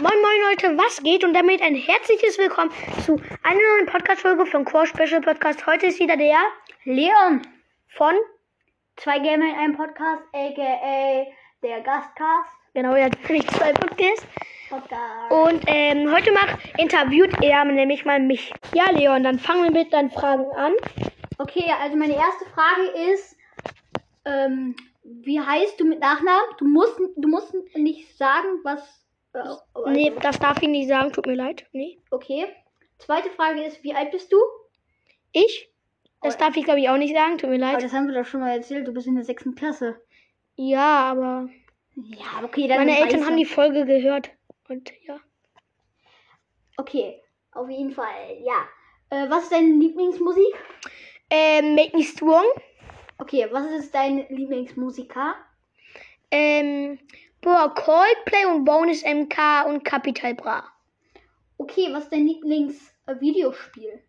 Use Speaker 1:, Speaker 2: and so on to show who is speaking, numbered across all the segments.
Speaker 1: Moin Moin Leute, was geht? Und damit ein herzliches Willkommen zu einer neuen Podcast-Folge von Core Special Podcast. Heute ist wieder der
Speaker 2: Leon,
Speaker 1: von,
Speaker 2: zwei Gamer in einem Podcast, aka der Gastcast.
Speaker 1: genau, er hat nämlich zwei Podcasts.
Speaker 2: Podcast.
Speaker 1: Und ähm, heute macht, interviewt er nämlich mal mich. Ja Leon, dann fangen wir mit deinen Fragen an.
Speaker 2: Okay, also meine erste Frage ist, ähm, wie heißt du mit Nachnamen? Du musst, du musst nicht sagen, was. Äh, also-
Speaker 1: Nee, das darf ich nicht sagen, tut mir leid. Nee.
Speaker 2: Okay. Zweite Frage ist, wie alt bist du?
Speaker 1: Ich? Das darf ich glaube ich auch nicht sagen, tut mir
Speaker 2: Aber
Speaker 1: leid.
Speaker 2: das haben wir doch schon mal erzählt, du bist in der sechsten Klasse.
Speaker 1: Ja, aber
Speaker 2: Ja, okay, dann.
Speaker 1: meine
Speaker 2: weiß
Speaker 1: Eltern
Speaker 2: er.
Speaker 1: haben die Folge gehört. Und ja.
Speaker 2: Okay, auf jeden Fall, ja. Äh, was ist deine Lieblingsmusik?
Speaker 1: Ähm, Make Me Strong.
Speaker 2: Okay, was ist dein Lieblingsmusiker?
Speaker 1: Ähm, boah, Coldplay und Bonus MK und Capital Bra.
Speaker 2: Okay, was ist dein äh, Lieblingsvideospiel?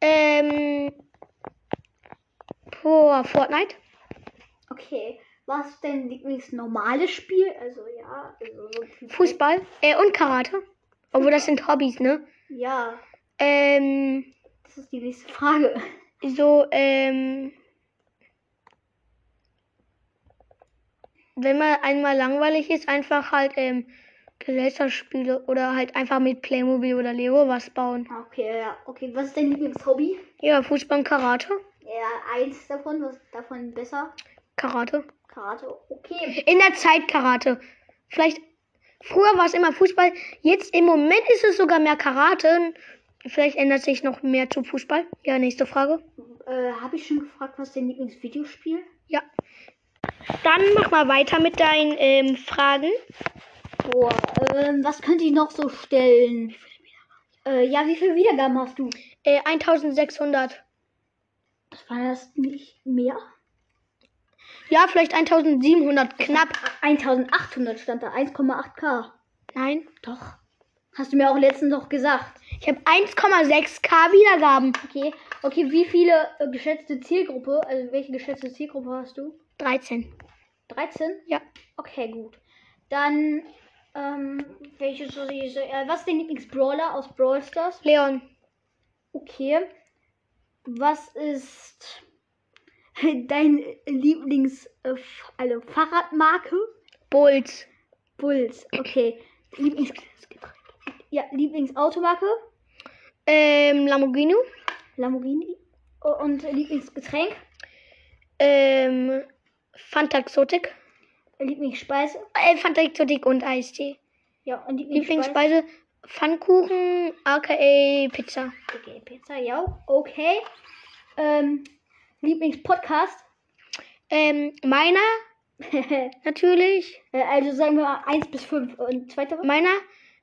Speaker 1: Ähm, boah, Fortnite.
Speaker 2: Okay, was ist dein Lieblingsnormales Spiel? Also ja, also so ein-
Speaker 1: Fußball. Äh, und Karate. Obwohl, das sind Hobbys, ne?
Speaker 2: Ja,
Speaker 1: Ähm,
Speaker 2: das ist die nächste Frage.
Speaker 1: so, ähm. Wenn man einmal langweilig ist, einfach halt, ähm, Gesellschaftsspiele oder halt einfach mit Playmobil oder Lego was bauen.
Speaker 2: Okay, ja. Okay, was ist dein Lieblingshobby?
Speaker 1: Ja, Fußball und Karate.
Speaker 2: Ja, eins davon, was ist davon besser?
Speaker 1: Karate.
Speaker 2: Karate. Okay.
Speaker 1: In der Zeit Karate. Vielleicht früher war es immer Fußball, jetzt im Moment ist es sogar mehr Karate. Vielleicht ändert sich noch mehr zu Fußball. Ja, nächste Frage.
Speaker 2: Äh, Habe ich schon gefragt, was ist dein Lieblingsvideospiel?
Speaker 1: Ja. Dann mach mal weiter mit deinen ähm, Fragen.
Speaker 2: Boah, ähm, was könnte ich noch so stellen? Äh, ja, wie viele Wiedergaben hast du?
Speaker 1: Äh, 1600.
Speaker 2: Das war das nicht mehr?
Speaker 1: Ja, vielleicht 1700 knapp.
Speaker 2: 1800 stand da, 1,8k.
Speaker 1: Nein,
Speaker 2: Doch. Hast du mir auch letztens noch gesagt.
Speaker 1: ich habe 1,6k Wiedergaben.
Speaker 2: Okay, okay, wie viele äh, geschätzte Zielgruppe, also welche geschätzte Zielgruppe hast du?
Speaker 1: 13.
Speaker 2: 13?
Speaker 1: Ja.
Speaker 2: Okay, gut. Dann, ähm, welches soll ich so, äh, was ist dein Lieblingsbrawler aus Brawl Stars?
Speaker 1: Leon,
Speaker 2: Okay. Was ist dein Lieblings, äh, F- also Fahrradmarke?
Speaker 1: Bulls,
Speaker 2: Bulls, okay. Lieblings, ja, Lieblingsautomarke?
Speaker 1: ähm, Lamborghini,
Speaker 2: Lamborghini und Lieblingsgetränk,
Speaker 1: ähm, Fantaxotik,
Speaker 2: Lieblingsspeise.
Speaker 1: äh, Fantaxotik und Eistee.
Speaker 2: Ja, und Lieblingsspeise.
Speaker 1: Lieblingsspeise Pfannkuchen, aka Pizza.
Speaker 2: Okay, Pizza, ja, okay. Ähm, Lieblingspodcast.
Speaker 1: Ähm, meiner
Speaker 2: Äh,
Speaker 1: natürlich.
Speaker 2: also sagen wir mal 1 bis 5. Und zweiter?
Speaker 1: Meiner.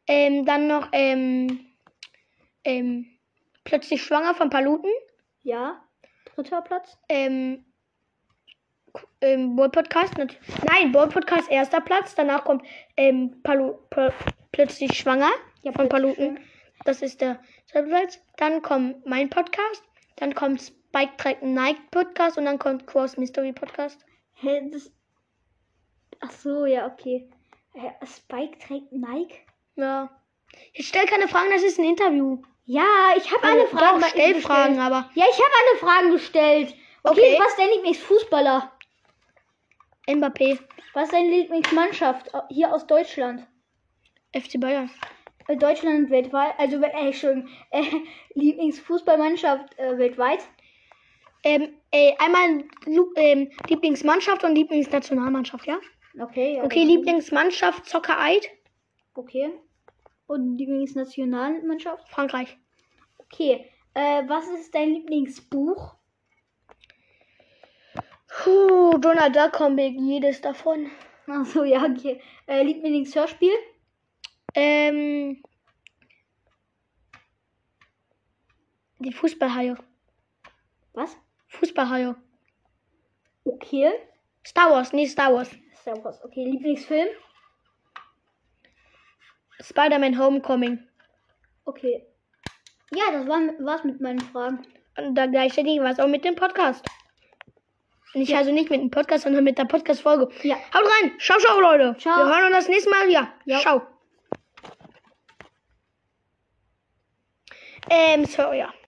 Speaker 1: Ähm, dann noch ähm, ähm, plötzlich schwanger von Paluten.
Speaker 2: Ja. Dritter Platz.
Speaker 1: Ähm, K- ähm, Boy Podcast. nat- Nein, Boy Podcast erster Platz. Danach kommt ähm, Palu Pl plötzlich schwanger ja, von Paluten. Das ist der zweite Platz. Dann kommt mein Podcast. Dann kommt Spike Track Nike Podcast und dann kommt Cross Mystery Podcast.
Speaker 2: Hä, das. Ach so, ja, okay. Äh, Spike trägt Nike?
Speaker 1: Ja. Ich stell keine Fragen, das ist ein Interview.
Speaker 2: Ja, ich habe alle
Speaker 1: Also,
Speaker 2: Fragen.
Speaker 1: Doch,
Speaker 2: bei ihm
Speaker 1: stell
Speaker 2: gestellt.
Speaker 1: Fragen, aber
Speaker 2: Ja, ich habe alle Fragen gestellt. Okay,
Speaker 1: Okay.
Speaker 2: was ist dein Lieblingsfußballer?
Speaker 1: Mbappé,
Speaker 2: Was ist deine Lieblingsmannschaft äh, hier aus Deutschland?
Speaker 1: FC Bayern.
Speaker 2: Äh, Deutschland weltweit, also we- äh, schon äh, Lieblingsfußballmannschaft äh, weltweit.
Speaker 1: Ähm, äh, einmal Lu ähm, Lieblingsmannschaft und Lieblingsnationalmannschaft, ja?
Speaker 2: Okay, ja,
Speaker 1: Okay, Lieblingsmannschaft Zocker Eid,
Speaker 2: Okay. Und Lieblingsnationalmannschaft.
Speaker 1: Frankreich.
Speaker 2: Okay. Äh, was ist dein Lieblingsbuch?
Speaker 1: Puh, Donald Duck Comic, jedes davon.
Speaker 2: Achso, Also, ja, okay. Äh, Lieblingshörspiel?
Speaker 1: Ähm. Die Fußballhaie.
Speaker 2: Was?
Speaker 1: Fußballhaie.
Speaker 2: Okay.
Speaker 1: Star Wars, nee, Star Wars.
Speaker 2: Star Wars. Okay, Lieblingsfilm?
Speaker 1: Spider-Man Homecoming.
Speaker 2: Okay. Ja, das war, war's mit meinen Fragen.
Speaker 1: Und da gleichzeitig war es auch mit dem Podcast. Nicht also nicht mit dem Podcast, sondern mit der Podcast-Folge.
Speaker 2: Ja.
Speaker 1: Haut rein. Ciao, ciao, Leute.
Speaker 2: Ciao.
Speaker 1: Wir hören uns das nächste Mal wieder.
Speaker 2: Ja.
Speaker 1: Ciao. Ähm, Sawyer.